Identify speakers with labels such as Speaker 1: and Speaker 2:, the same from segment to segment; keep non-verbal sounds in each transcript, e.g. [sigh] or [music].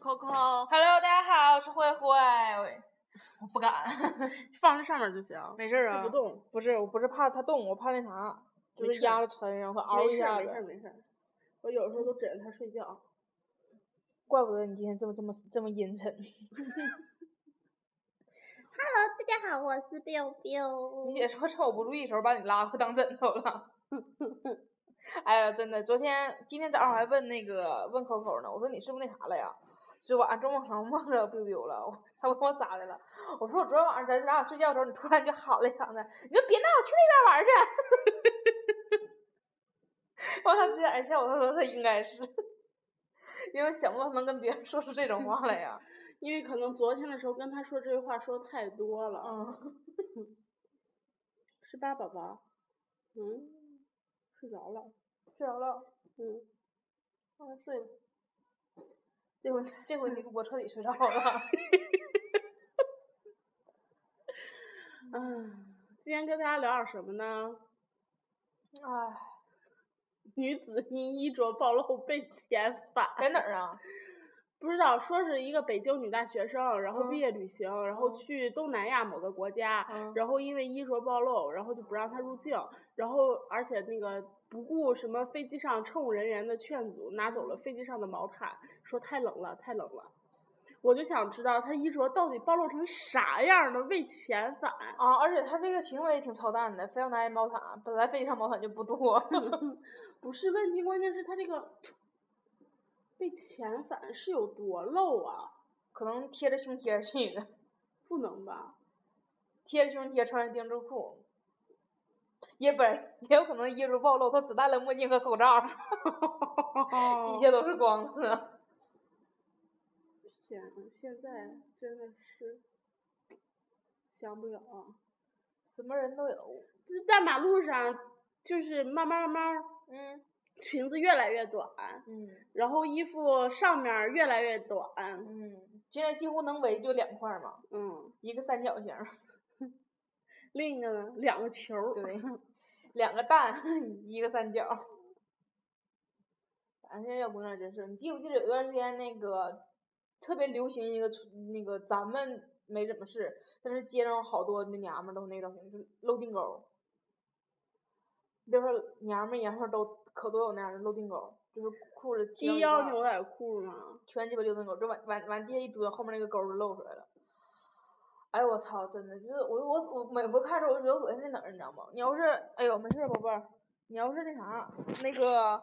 Speaker 1: 扣扣，
Speaker 2: Hello，大家好，我是慧慧。我 [laughs] 不敢，
Speaker 1: 放这上面就行，
Speaker 2: 没事儿
Speaker 1: 它
Speaker 2: 啊
Speaker 1: 不，动，
Speaker 2: 不是，我不是怕它动，我怕那啥，就
Speaker 1: 没
Speaker 2: 是
Speaker 1: 事儿
Speaker 2: 压着沉，然后它嗷
Speaker 1: 啊没
Speaker 2: 一
Speaker 1: 事儿
Speaker 2: 下
Speaker 1: 没事儿
Speaker 2: 子。
Speaker 1: 没事儿。我有时候都枕着它睡觉。
Speaker 2: 怪不得你今天这么这么这么阴沉。
Speaker 3: [laughs] Hello，大家好，我是 biu
Speaker 2: 你
Speaker 3: biu。
Speaker 2: 姐说趁我不注意的时候把你拉过当枕头了。 [laughs] 哎呀，真的，昨天今天早上还问那个问 Coco 呢，我说你是不是那啥了呀？昨晚上做梦时候梦着 biu biu 了，我他问我咋的了，我说我昨天晚上咱俩睡觉的时候，你突然就喊了一嗓子，你就别闹，去那边玩儿去。 [laughs] 然后他直接而笑，哎我说他应该是，因为想不到他能跟别人说出这种话来呀。
Speaker 1: 因为可能昨天的时候跟他说这句话说太多了，
Speaker 2: 嗯，
Speaker 1: [laughs] 是吧，宝宝？嗯，睡着了，
Speaker 2: 睡着了，
Speaker 1: 嗯，
Speaker 2: 嗯，睡吧。这回这回女主播彻底睡着了。哎
Speaker 1: 啊，今天跟大家聊点什么呢？
Speaker 2: 哎，
Speaker 1: 女子因衣着暴露被遣返，
Speaker 2: 在哪儿啊？
Speaker 1: 不知道说是一个北京女大学生，然后
Speaker 2: 嗯
Speaker 1: 毕业旅行，然后
Speaker 2: 嗯
Speaker 1: 去东南亚某个国家，
Speaker 2: 嗯
Speaker 1: 然后因为衣着暴露，然后就不让她入境，然后而且那个不顾什么飞机上乘务人员的劝阻，拿走了飞机上的毛毯，说太冷了，太冷了。我就想知道她衣着到底暴露成啥样的为遣返？
Speaker 2: 啊，而且他这个行为也挺操蛋的，非要拿人毛毯，本来飞机上毛毯就不多。 [laughs]
Speaker 1: 不是问题，关键是她这个被遣返是有多露啊？
Speaker 2: 可能贴着胸贴去的，
Speaker 1: 不能吧？
Speaker 2: 贴着胸贴穿着丁字裤，也不是也有可能衣着暴露，他只戴了墨镜和口罩，[laughs]
Speaker 1: 一
Speaker 2: 一切都是光的。
Speaker 1: 天啊，现在真的是想不了啊！
Speaker 2: 什么人都有，
Speaker 1: 就在马路上，就是慢慢慢慢，
Speaker 2: 嗯
Speaker 1: 裙子越来越短，
Speaker 2: 嗯
Speaker 1: 然后衣服上面儿越来越短，
Speaker 2: 嗯，现在几乎能围就两块儿嘛，
Speaker 1: 嗯，
Speaker 2: 一个三角形儿，
Speaker 1: 另一个呢，两个球儿，
Speaker 2: 对， [laughs] 两个蛋， [laughs] 一个三角。反正这小姑娘真是，你记不记得有段时间那个特别流行一个出那个咱们没怎么事，但是街上好多那娘们儿都那造型，就是露腚沟。就是娘们儿爷们儿都可多有那样的露腚沟，就是裤子
Speaker 1: 低腰牛仔裤嘛，
Speaker 2: 全鸡巴溜达狗，就往往往地下一蹲，后面那个沟儿就露出来了。哎呦我操，真的就是我我我每回看着我就觉得恶心在哪儿，你知道吗？你要是哎呦没事儿宝贝儿，你要是那啥那个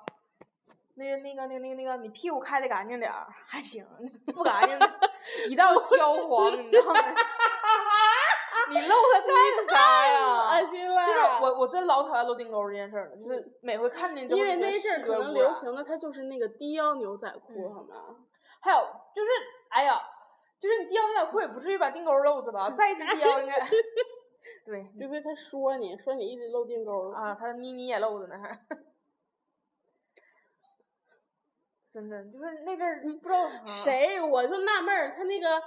Speaker 2: 那个那个那个那个那个你屁股开的干净点儿还行，不干净的一道焦黄，你知道吗？你露它干啥呀？
Speaker 1: [laughs] 恶心
Speaker 2: 就是
Speaker 1: 了。
Speaker 2: 我我真老讨厌露腚沟儿这件事儿了，就是每回看见之后
Speaker 1: 因
Speaker 2: 就
Speaker 1: 为
Speaker 2: 觉
Speaker 1: 那
Speaker 2: 得
Speaker 1: 一阵儿
Speaker 2: 视
Speaker 1: 可
Speaker 2: 觉
Speaker 1: 能
Speaker 2: 污
Speaker 1: 流
Speaker 2: 染
Speaker 1: 行的它就是那个低腰牛仔裤，
Speaker 2: 嗯
Speaker 1: 好吗？
Speaker 2: 还有就是，哎呀，就是你掉牛仔裤也不至于把腚沟 [laughs] 露着吧？
Speaker 1: [laughs]
Speaker 2: 再一只掉应该。 [laughs] 对
Speaker 1: 就被他说你说你一直露腚沟儿，
Speaker 2: 啊，他咪咪也露着呢，还。 [laughs] 真的就是那阵儿不知道啊啥
Speaker 1: 谁？我就纳闷儿，他那个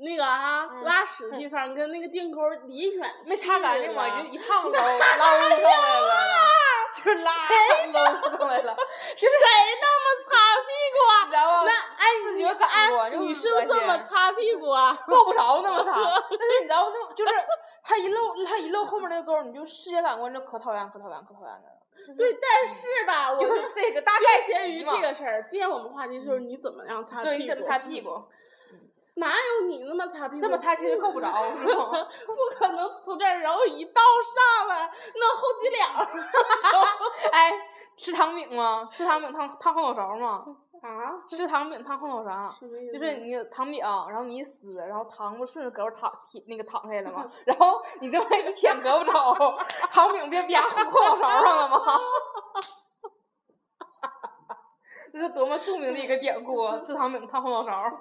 Speaker 1: 那个啊，
Speaker 2: 嗯
Speaker 1: 拉屎的地方跟那个腚沟儿离远
Speaker 2: 没擦干净嘛，
Speaker 1: 嘛，
Speaker 2: 就一趟沟捞
Speaker 1: [laughs]
Speaker 2: 上来了，就是拉捞上来了，
Speaker 1: 谁那么擦屁股啊
Speaker 2: 你？知道
Speaker 1: 那
Speaker 2: 吗？
Speaker 1: 哎，
Speaker 2: 视
Speaker 1: 你
Speaker 2: 觉感
Speaker 1: 哎
Speaker 2: 我就
Speaker 1: 你
Speaker 2: 是
Speaker 1: 是不是
Speaker 2: 恶
Speaker 1: 这么
Speaker 2: 心
Speaker 1: 擦屁股啊？
Speaker 2: 够不着那么 [laughs] 长，但是你知道，那就是他一露，他一露后面那个沟儿，你就视觉感官就可讨厌，可讨厌，可讨厌的了。
Speaker 1: 对，但是吧，
Speaker 2: [laughs]
Speaker 1: 我
Speaker 2: 嗯就
Speaker 1: 就是
Speaker 2: 这个大概
Speaker 1: 纠结
Speaker 2: 齐
Speaker 1: 于
Speaker 2: 嘛
Speaker 1: 这个事儿。今天我们话题就是你怎么样擦
Speaker 2: 对，
Speaker 1: 屁
Speaker 2: 嗯你
Speaker 1: 股？
Speaker 2: 怎么擦屁？股？嗯
Speaker 1: 哪有你那么擦屁股？
Speaker 2: 这么擦其实够 [laughs] 不着，是吗？
Speaker 1: [laughs] 不可能从这儿然后一道上来弄后脊梁
Speaker 2: 哎，吃糖饼吗？吃糖饼烫烫后脑勺吗？
Speaker 1: 啊？
Speaker 2: 吃糖饼烫后脑勺，
Speaker 1: 什么意思？
Speaker 2: 就是你有糖饼，然后你一撕，然后糖不顺着胳膊淌舔那个淌下来了吗？ [laughs] 然后你这么一舔胳膊肘，糖饼别啪糊后脑勺上了吗？ [laughs] 这是多么著名的一个典故啊！吃糖饼烫后脑勺。 [laughs]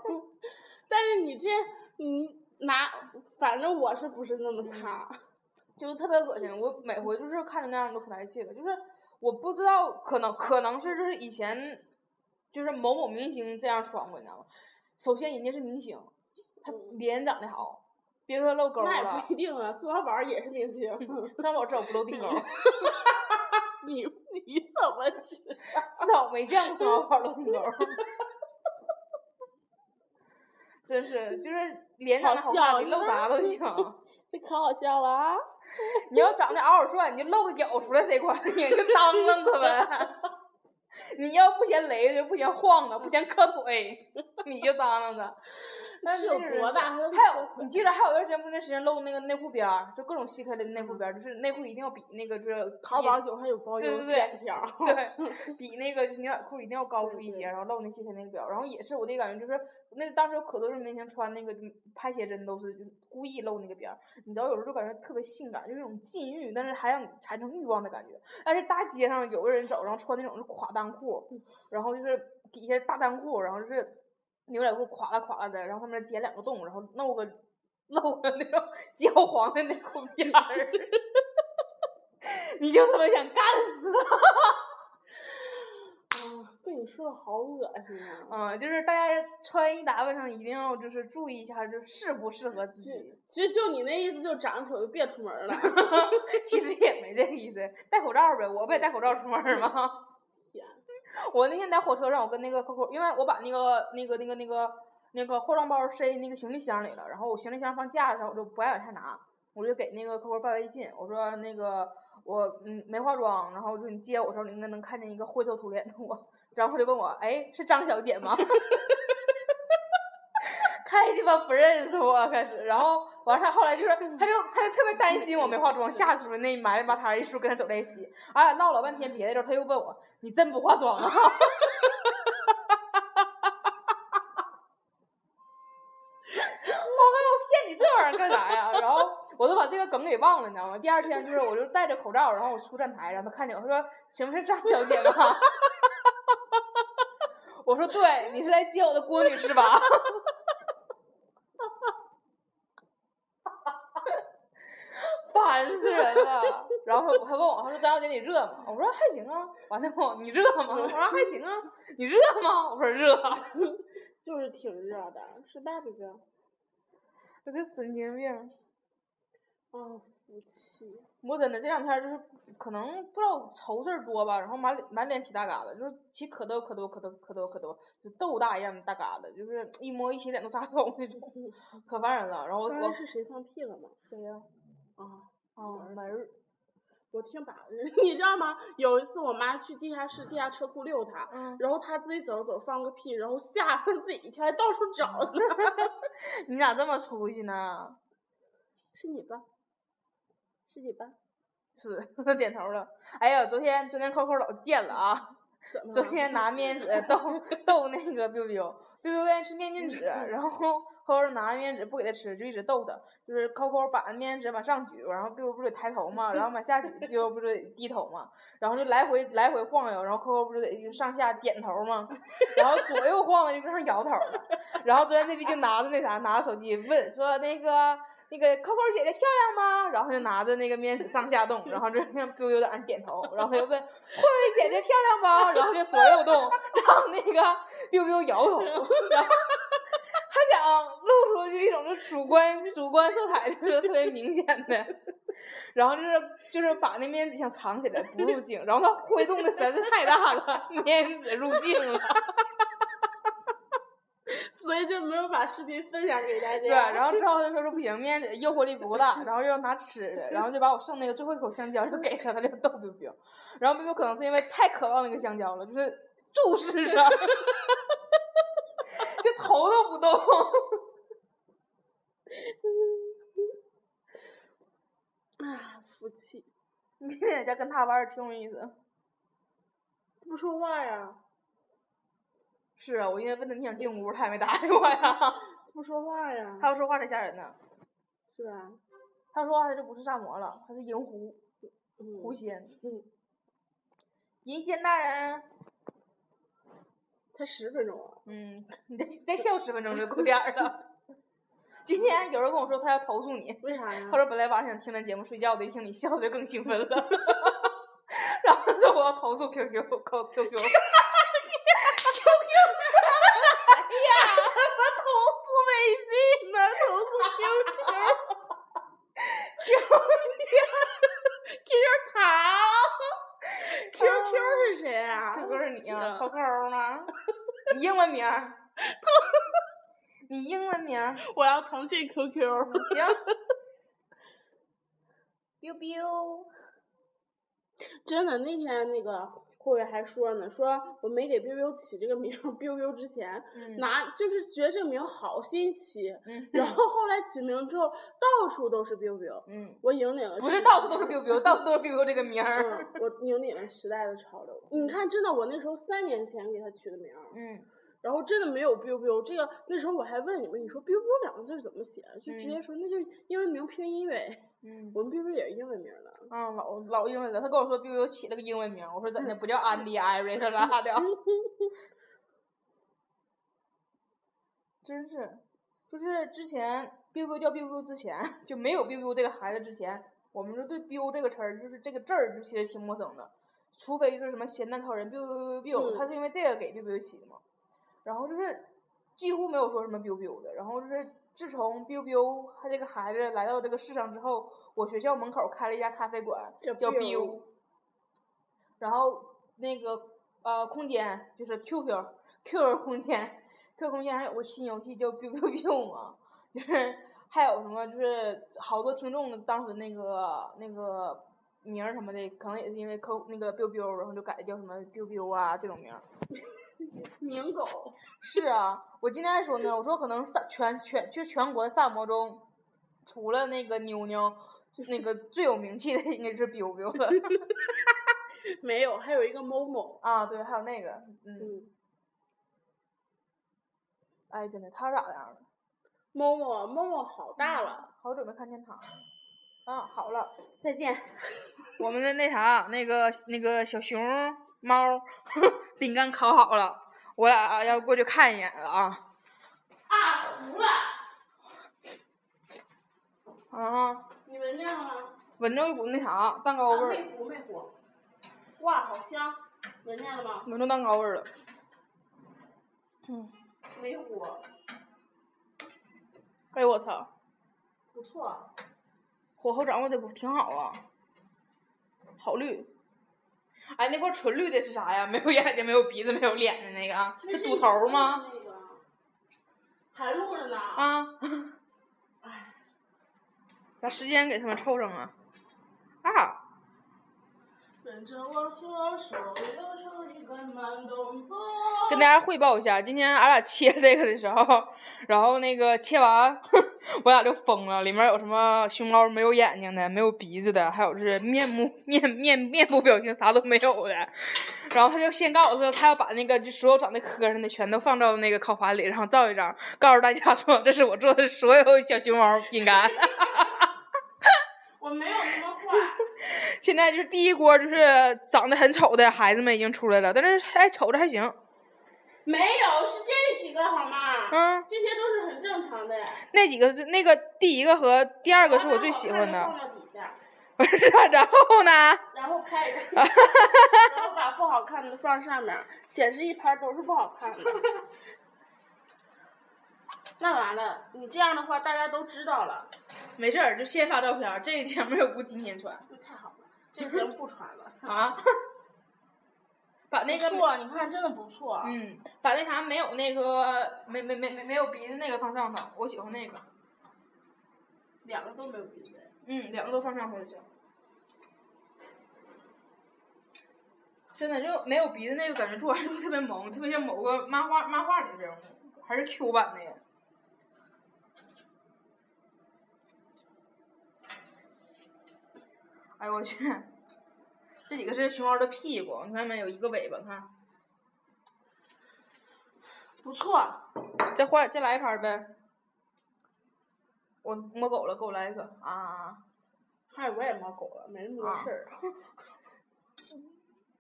Speaker 1: 但是你这你拿，反正我是不是那么擦？
Speaker 2: 就是特别恶心。我每回就是看着那样都可来气了，就是我不知道，可能可能是就是以前就是某某明星这样穿过，你知道吗？首先人家是明星，他脸长得好，别说露沟
Speaker 1: 嗯那也
Speaker 2: 了
Speaker 1: 不，一定啊，宋小宝也是明 [laughs] 星，
Speaker 2: 张宝这我不露
Speaker 1: [laughs]
Speaker 2: 腚沟，
Speaker 1: 你 [laughs] 你怎么知？ [laughs]
Speaker 2: 至少没见过张宝露腚沟。真是就是脸
Speaker 1: 好
Speaker 2: 长得好
Speaker 1: 笑
Speaker 2: 看，你
Speaker 1: 是
Speaker 2: 露
Speaker 1: 吧
Speaker 2: 啥都行。
Speaker 1: 这可好笑了啊！
Speaker 2: [laughs] 你要长得嗷嗷帅，你就露个脚出来，谁管你？ [laughs] 就当当他们。 [laughs] 你要不嫌雷就不嫌晃啊荡，不嫌磕腿， [laughs] 你就当当他。 [laughs] 但
Speaker 1: 是有
Speaker 2: 那个人
Speaker 1: 多
Speaker 2: 就
Speaker 1: 大还能
Speaker 2: 还
Speaker 1: 磕
Speaker 2: 有，你记得还有一段时间不那时间露那个内裤边儿，就各种细开的内裤边儿，就是内裤一定要比那个就是
Speaker 1: 淘
Speaker 2: 比
Speaker 1: 宝九块九包
Speaker 2: 对
Speaker 1: 邮
Speaker 2: 对对
Speaker 1: 三条 [laughs] 儿，
Speaker 2: 对，比那个牛仔裤一定要高
Speaker 1: 对
Speaker 2: 出一
Speaker 1: 对
Speaker 2: 些，然后露那细腿那个表，然后也是我的感觉就是，那当时有可多人明星穿那个就拍写真都是就故意露那个边儿，你知道有时候就感觉特别性感，就是那种禁欲，但是还让你产生欲望的感觉。但是大街上有个人走，然后穿那种是垮裆
Speaker 1: 嗯
Speaker 2: 裤，然后就是底下大裆裤，然后就是牛仔裤垮啦垮啦的，然后上面剪两个洞，然后露个露个那种焦黄的内裤边儿。 [laughs] 你就特别想干死他，
Speaker 1: 啊，被你说的好恶心啊！
Speaker 2: 嗯，就是大家穿衣打扮上一定要就是注意一下，就是适不适合自
Speaker 1: 其
Speaker 2: 己。
Speaker 1: 其实就你那意思，就长得丑就别出门儿 [laughs] 了。
Speaker 2: 其实也没这个意思，戴口罩儿呗，我不也戴口罩儿出门儿吗？
Speaker 1: 天，
Speaker 2: [laughs] 我那天在火车上，我跟那个客户，因为我把那个那个那个那个那个化妆包儿塞那个行李箱里了，然后我行李箱放架子上，我就不爱往下拿，我就给那个客户发微信，我说那个我嗯没化妆，然后我说你接我的时候，你应该能看见一个灰头土脸的我， [laughs] 然后他就问我，哎，是张小姐吗？开鸡巴不认识我开始，然后完事儿后来就是，他就他就特别担心我没化妆，下属的那埋汰吧摊儿一叔跟他走在一起，哎呀，唠老半天别的时候，他又问我，你真不化妆啊？ [laughs] 我骗你这玩意儿干啥呀？然后我都把这个梗给忘了，你知道吗？第二天就是我就戴着口罩，然后我出站台，然后他看见我，他说：“请问是张小姐吗？” [laughs] 我说：“对，你是来接我的郭女士吧？”烦死人了。然后他问我，他说：“张小姐，你热吗？”我说：“还行啊。”完他问我：“你热吗？”我说：“还行啊。”你热吗？我说：“热。” [laughs]
Speaker 1: 就是挺热的，是吧，这个？
Speaker 2: 这个神经病。
Speaker 1: 啊，服气。
Speaker 2: 我真的这两天儿就是可能不知道愁事儿多吧，然后满脸满脸起大疙瘩，就是起可多可多可多可多可多，就豆大一样的大疙瘩，就是一摸一洗脸都扎 [laughs] 肿那种，可烦人了。然后我
Speaker 1: 刚才
Speaker 2: 我
Speaker 1: 是谁放屁了吗？
Speaker 2: 谁呀？
Speaker 1: 啊，
Speaker 2: 啊门儿
Speaker 1: 我听把， [laughs] 你知道吗？有一次我妈去地下室地下车库遛它，
Speaker 2: 嗯，
Speaker 1: 然后它自己走着走着放个屁，然后吓得自己一跳，还到处找呢。 [laughs]
Speaker 2: 你咋这么出息呢？
Speaker 1: 是你吧？是你吧？
Speaker 2: 是， [laughs] 他点头了。哎呀，昨天昨天 Coco 老贱了啊！
Speaker 1: 怎么
Speaker 2: 昨
Speaker 1: 了
Speaker 2: 天拿面纸逗逗那个 biu biu biu biu 愿意吃面巾纸，然后 Coco 拿面纸不给他吃，就一直逗他，就是 Coco 把面纸往上举，然后 biu biu 不得抬头嘛，然后往下举 biu biu 不得低头嘛，然后就来回来回晃悠，然后 Coco 不是得就上下点头嘛，然后左右晃悠就跟上摇头了，然后昨天这逼就拿着那啥，拿着手机问说那个。那个 Coco 姐姐漂亮吗？然后就拿着那个面纸上下动，然后就那样 biu biu 在那点头，然后他就问慧慧姐姐漂亮吗？然后就左右动， [laughs] 然后那个 biu biu 摇头，然后他想露出去一种就是主观主观色彩，就是特别明显的，然后就是就是把那面纸想藏起来不入镜，然后他挥动的实在是太大了， [laughs] 面纸入镜了。
Speaker 1: 所以就没有把视频分享给大家。
Speaker 2: 对，啊然后之后他就说说不行，面子诱惑力不够大，然后就让他吃的，然后就把我剩那个最后一口香蕉就给他，他就逗彪彪。然后彪彪可能是因为太渴望那个香蕉了，就是注视着，就头都不动。 [laughs]
Speaker 1: 啊，服气，
Speaker 2: 你在家跟他玩儿挺有意思。
Speaker 1: 不说话呀，
Speaker 2: 是啊，我因为问他你想进屋，他也没搭理我呀。 [laughs]
Speaker 1: 不说话呀，
Speaker 2: 他要说话才吓人呢，
Speaker 1: 是吧？
Speaker 2: 他说话他就不是萨摩了，他是银狐
Speaker 1: 嗯
Speaker 2: 狐仙。
Speaker 1: 嗯，
Speaker 2: 银仙大人，
Speaker 1: 才十分钟啊，
Speaker 2: 嗯， [laughs] 你再再笑十分钟就够点儿了。 [laughs] 今天有人跟我说他要投诉你，
Speaker 1: 为啥呀
Speaker 2: 他？说本来晚上想听咱节目睡觉的，一听你笑就更兴奋了， [laughs] 然后他说我要投诉 QQ 扣 QQ。QQ 呀，我投诉微信呢，投诉
Speaker 1: [laughs]
Speaker 2: QQ。
Speaker 1: 啊 QQ 桃
Speaker 2: QQ
Speaker 1: ，QQ 是谁啊？
Speaker 2: QQ 是你啊
Speaker 1: 嗯 [laughs]
Speaker 2: 扣扣吗？你英文名儿？你英文名儿嗯
Speaker 1: 我要腾讯 QQ。
Speaker 2: 行。biu biu，
Speaker 1: [laughs] 真的，那天那个慧慧还说呢，说我没给 biu biu 起这个名儿，biu biu 之前
Speaker 2: 嗯
Speaker 1: 拿就是觉得这个名好新奇，
Speaker 2: 嗯
Speaker 1: 然后后来起名之后到处都是 biu biu，
Speaker 2: 嗯，
Speaker 1: 我引领了
Speaker 2: 不
Speaker 1: 时
Speaker 2: 是到处都是 biu biu，到处都是 biu biu 这个名儿。
Speaker 1: 嗯，我引领了时代的潮流。你看，真的，我那时候三年前给他取的名儿，
Speaker 2: 嗯，
Speaker 1: 然后真的没有 biu biu 这个。那时候我还问你们，你说 biu biu 两个字儿怎么写？啊就直
Speaker 2: 嗯
Speaker 1: 接说那就是英文名拼音呗。 [laughs]
Speaker 2: 嗯，
Speaker 1: 我们 biu biu 也是英文名儿的。
Speaker 2: 啊，老老英文了。他跟我说 biu biu 起了个英文名儿，我说怎的不叫 Andy Iris 了拉的？真是，就是之前 biu biu 叫 biu biu 之前，就没有 biu biu 这个孩子之前，我们就对 biu 这个词儿，就是这个字儿，就其实挺陌生的。除非就是什么咸蛋超人 biu biu biu biu，、
Speaker 1: 嗯
Speaker 2: 他是因为这个给 biu biu 起的嘛。然后就是几乎没有说什么 biu biu 的。然后就是自从 biu biu 他这个孩子来到这个世上之后，我学校门口开了一家咖啡馆，
Speaker 1: 叫
Speaker 2: 叫
Speaker 1: biu
Speaker 2: biu。然后那个呃，空间就是 QQ QQ 空间，QQ 空间还有个新游戏叫 biu biu biu 嘛，就是还有什么就是好多听众当时那个那个名儿什么的，可能也是因为 Q 那个 biu biu，然后就改叫什么 biu biu 啊这种名儿。
Speaker 1: 名狗。
Speaker 2: 是啊，我今天还说呢，我说可能萨全全就全国萨摩中，除了那个妞妞，那个最有名气的应该就是 biu biu 了
Speaker 1: [laughs] 没有，还有一个某某。
Speaker 2: 啊，对，还有那个，嗯，
Speaker 1: 嗯，
Speaker 2: 哎，真的，他咋样了？
Speaker 1: 某某啊某某好大了。
Speaker 2: 好久没看见他了。啊，好了，
Speaker 3: 再见。
Speaker 2: 我们的那啥，那个那个小熊猫儿 [laughs] 饼干烤好了，我俩啊要过去看一眼了啊。
Speaker 1: 啊，糊了。
Speaker 2: 啊，
Speaker 1: 你闻见了吗？
Speaker 2: 闻着一股那啥蛋糕味
Speaker 1: 啊
Speaker 2: 儿，
Speaker 1: 没糊没糊。哇，好香！闻见了吗？
Speaker 2: 闻着蛋糕味儿了。嗯，
Speaker 1: 没糊，
Speaker 2: 哎呦我操！
Speaker 1: 不错。
Speaker 2: 火候掌握的不挺好啊，好绿。哎，那块纯绿的是啥呀？没有眼睛，没有鼻子，没有脸的那个啊，
Speaker 1: 那
Speaker 2: 是堵头吗？？
Speaker 1: 那个还录着呢。啊
Speaker 2: 啊！把时间给他们凑上啊！啊！
Speaker 1: 跟着我左手右手一个慢动作。
Speaker 2: 跟大家汇报一下，今天俺俩切这个的时候，然后那个切完， [laughs] 我俩就疯了。里面有什么熊猫没有眼睛的，没有鼻子的，还有是面目面面面部表情啥都没有的。然后他就先告诉我说，他要把那个就所有长得磕碜的全都放到那个烤盘里，然后照一张，告诉大家说这是我做的所有小熊猫饼干。 [laughs]
Speaker 1: 我没有那么坏。
Speaker 2: 现在就是第一锅，就是长得很丑的孩子们已经出来了，但是还瞅着还行，
Speaker 1: 没有，是这几个好吗？
Speaker 2: 嗯。
Speaker 1: 这些都是很正常的。
Speaker 2: 那几个是那个第一个和第二
Speaker 1: 这
Speaker 2: 个是我最喜欢的， [laughs]
Speaker 1: 放到底下，
Speaker 2: 不是？然后呢？
Speaker 1: 然后拍一个，然后把不好看的放上面，显示一盘都是不好
Speaker 2: [laughs]
Speaker 1: 看的。那完了，你这样的话大家都知道了，
Speaker 2: 没事儿，就先发照片儿。这个节目又不今天传
Speaker 1: 那太好 [laughs] 了，这节目不传了。
Speaker 2: 啊， [laughs] 把那个
Speaker 1: 不错，你看真的不错。
Speaker 2: 嗯，把那啥没有那个没没没没没有鼻子那个放上头，我喜欢那个。
Speaker 1: 两个都没有鼻子。
Speaker 2: 嗯，两个都放上头就行。真的就没有鼻子那个，感觉做完之后特别萌，特别像某个漫画漫画里的人物，还是 Q 版的呀。哎呦我去，这几个是熊猫的屁股，你看没有一个尾巴，看
Speaker 1: 不错，
Speaker 2: 再换再来一盘儿呗。我摸狗了，给我来一个啊啊！啊
Speaker 1: 嗨，我也猫狗了，没那么多事儿。 [laughs]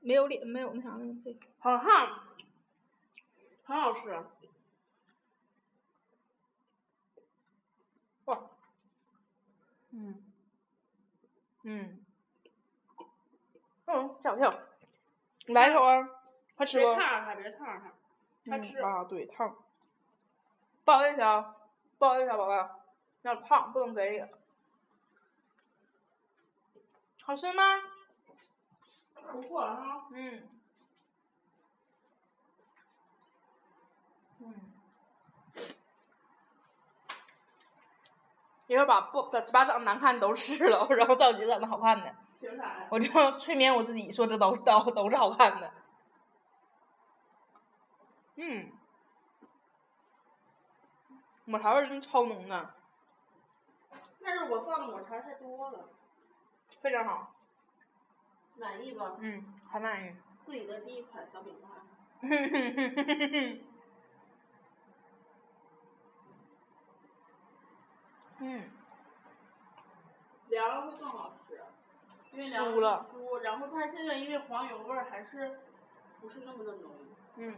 Speaker 2: 没有脸，没有那啥的这个。
Speaker 1: 好看，很好吃。
Speaker 2: 哇，嗯，嗯，嗯，吓我一跳！你来一口啊，还吃
Speaker 1: 别
Speaker 2: 不？
Speaker 1: 烫着它，别烫着它，它
Speaker 2: 嗯
Speaker 1: 吃。
Speaker 2: 啊，对，烫。不好意思啊，不好意思啊，宝贝儿，有点烫，不能给你。好吃吗？
Speaker 1: 不错哈，
Speaker 2: 嗯。嗯。一会儿把不把把长得难看都吃了，然后照自己长得好看的，
Speaker 1: 凭啥呀？
Speaker 2: 我就催眠我自己说这都都都是好看的。嗯，抹茶味儿真超浓的，
Speaker 1: 但是我放的抹茶太多了，
Speaker 2: 非常好。
Speaker 1: 满意吧？
Speaker 2: 嗯，很满意。
Speaker 1: 自己的第一款小饼干。
Speaker 2: 嗯，
Speaker 1: 凉了会更好吃，因为凉
Speaker 2: 酥
Speaker 1: 会
Speaker 2: 了
Speaker 1: 酥，然后它现在因为黄油味儿还是不是那么的浓。
Speaker 2: 嗯，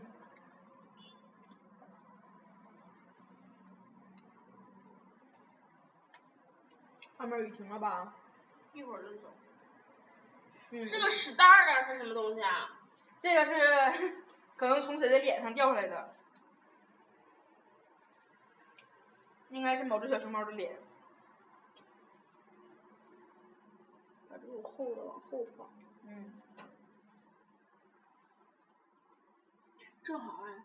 Speaker 2: 外面雨停了吧？
Speaker 1: 一会儿就走。
Speaker 2: 嗯，
Speaker 1: 这个屎蛋儿的是什么东西啊？
Speaker 2: 这个是可能从谁的脸上掉下来的，应该是某只小熊猫的脸。
Speaker 1: 把这种厚的往后放，
Speaker 2: 嗯，
Speaker 1: 正好哎。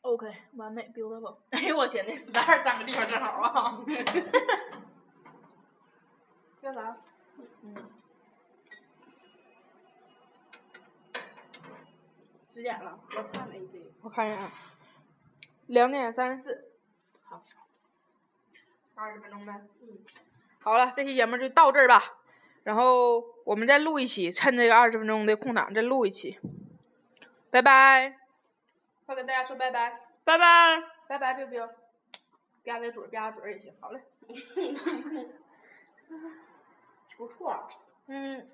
Speaker 2: OK，完美，beautiful。哎呦我天，那 star 占个地方正好啊。要啥？嗯。几点了？
Speaker 1: 我看了已经。
Speaker 2: 我看一眼啊，两点三十四。好，二十分钟呗。
Speaker 1: 嗯。
Speaker 2: 好了，这期节目就到这儿吧。然后我们再录一期，趁这个二十分钟的空档再录一期。拜拜。快跟大家说拜拜。
Speaker 1: 拜拜。
Speaker 2: 拜拜，彪彪，吧唧嘴儿，吧唧嘴儿也行。好嘞，
Speaker 1: 不错。
Speaker 2: 嗯。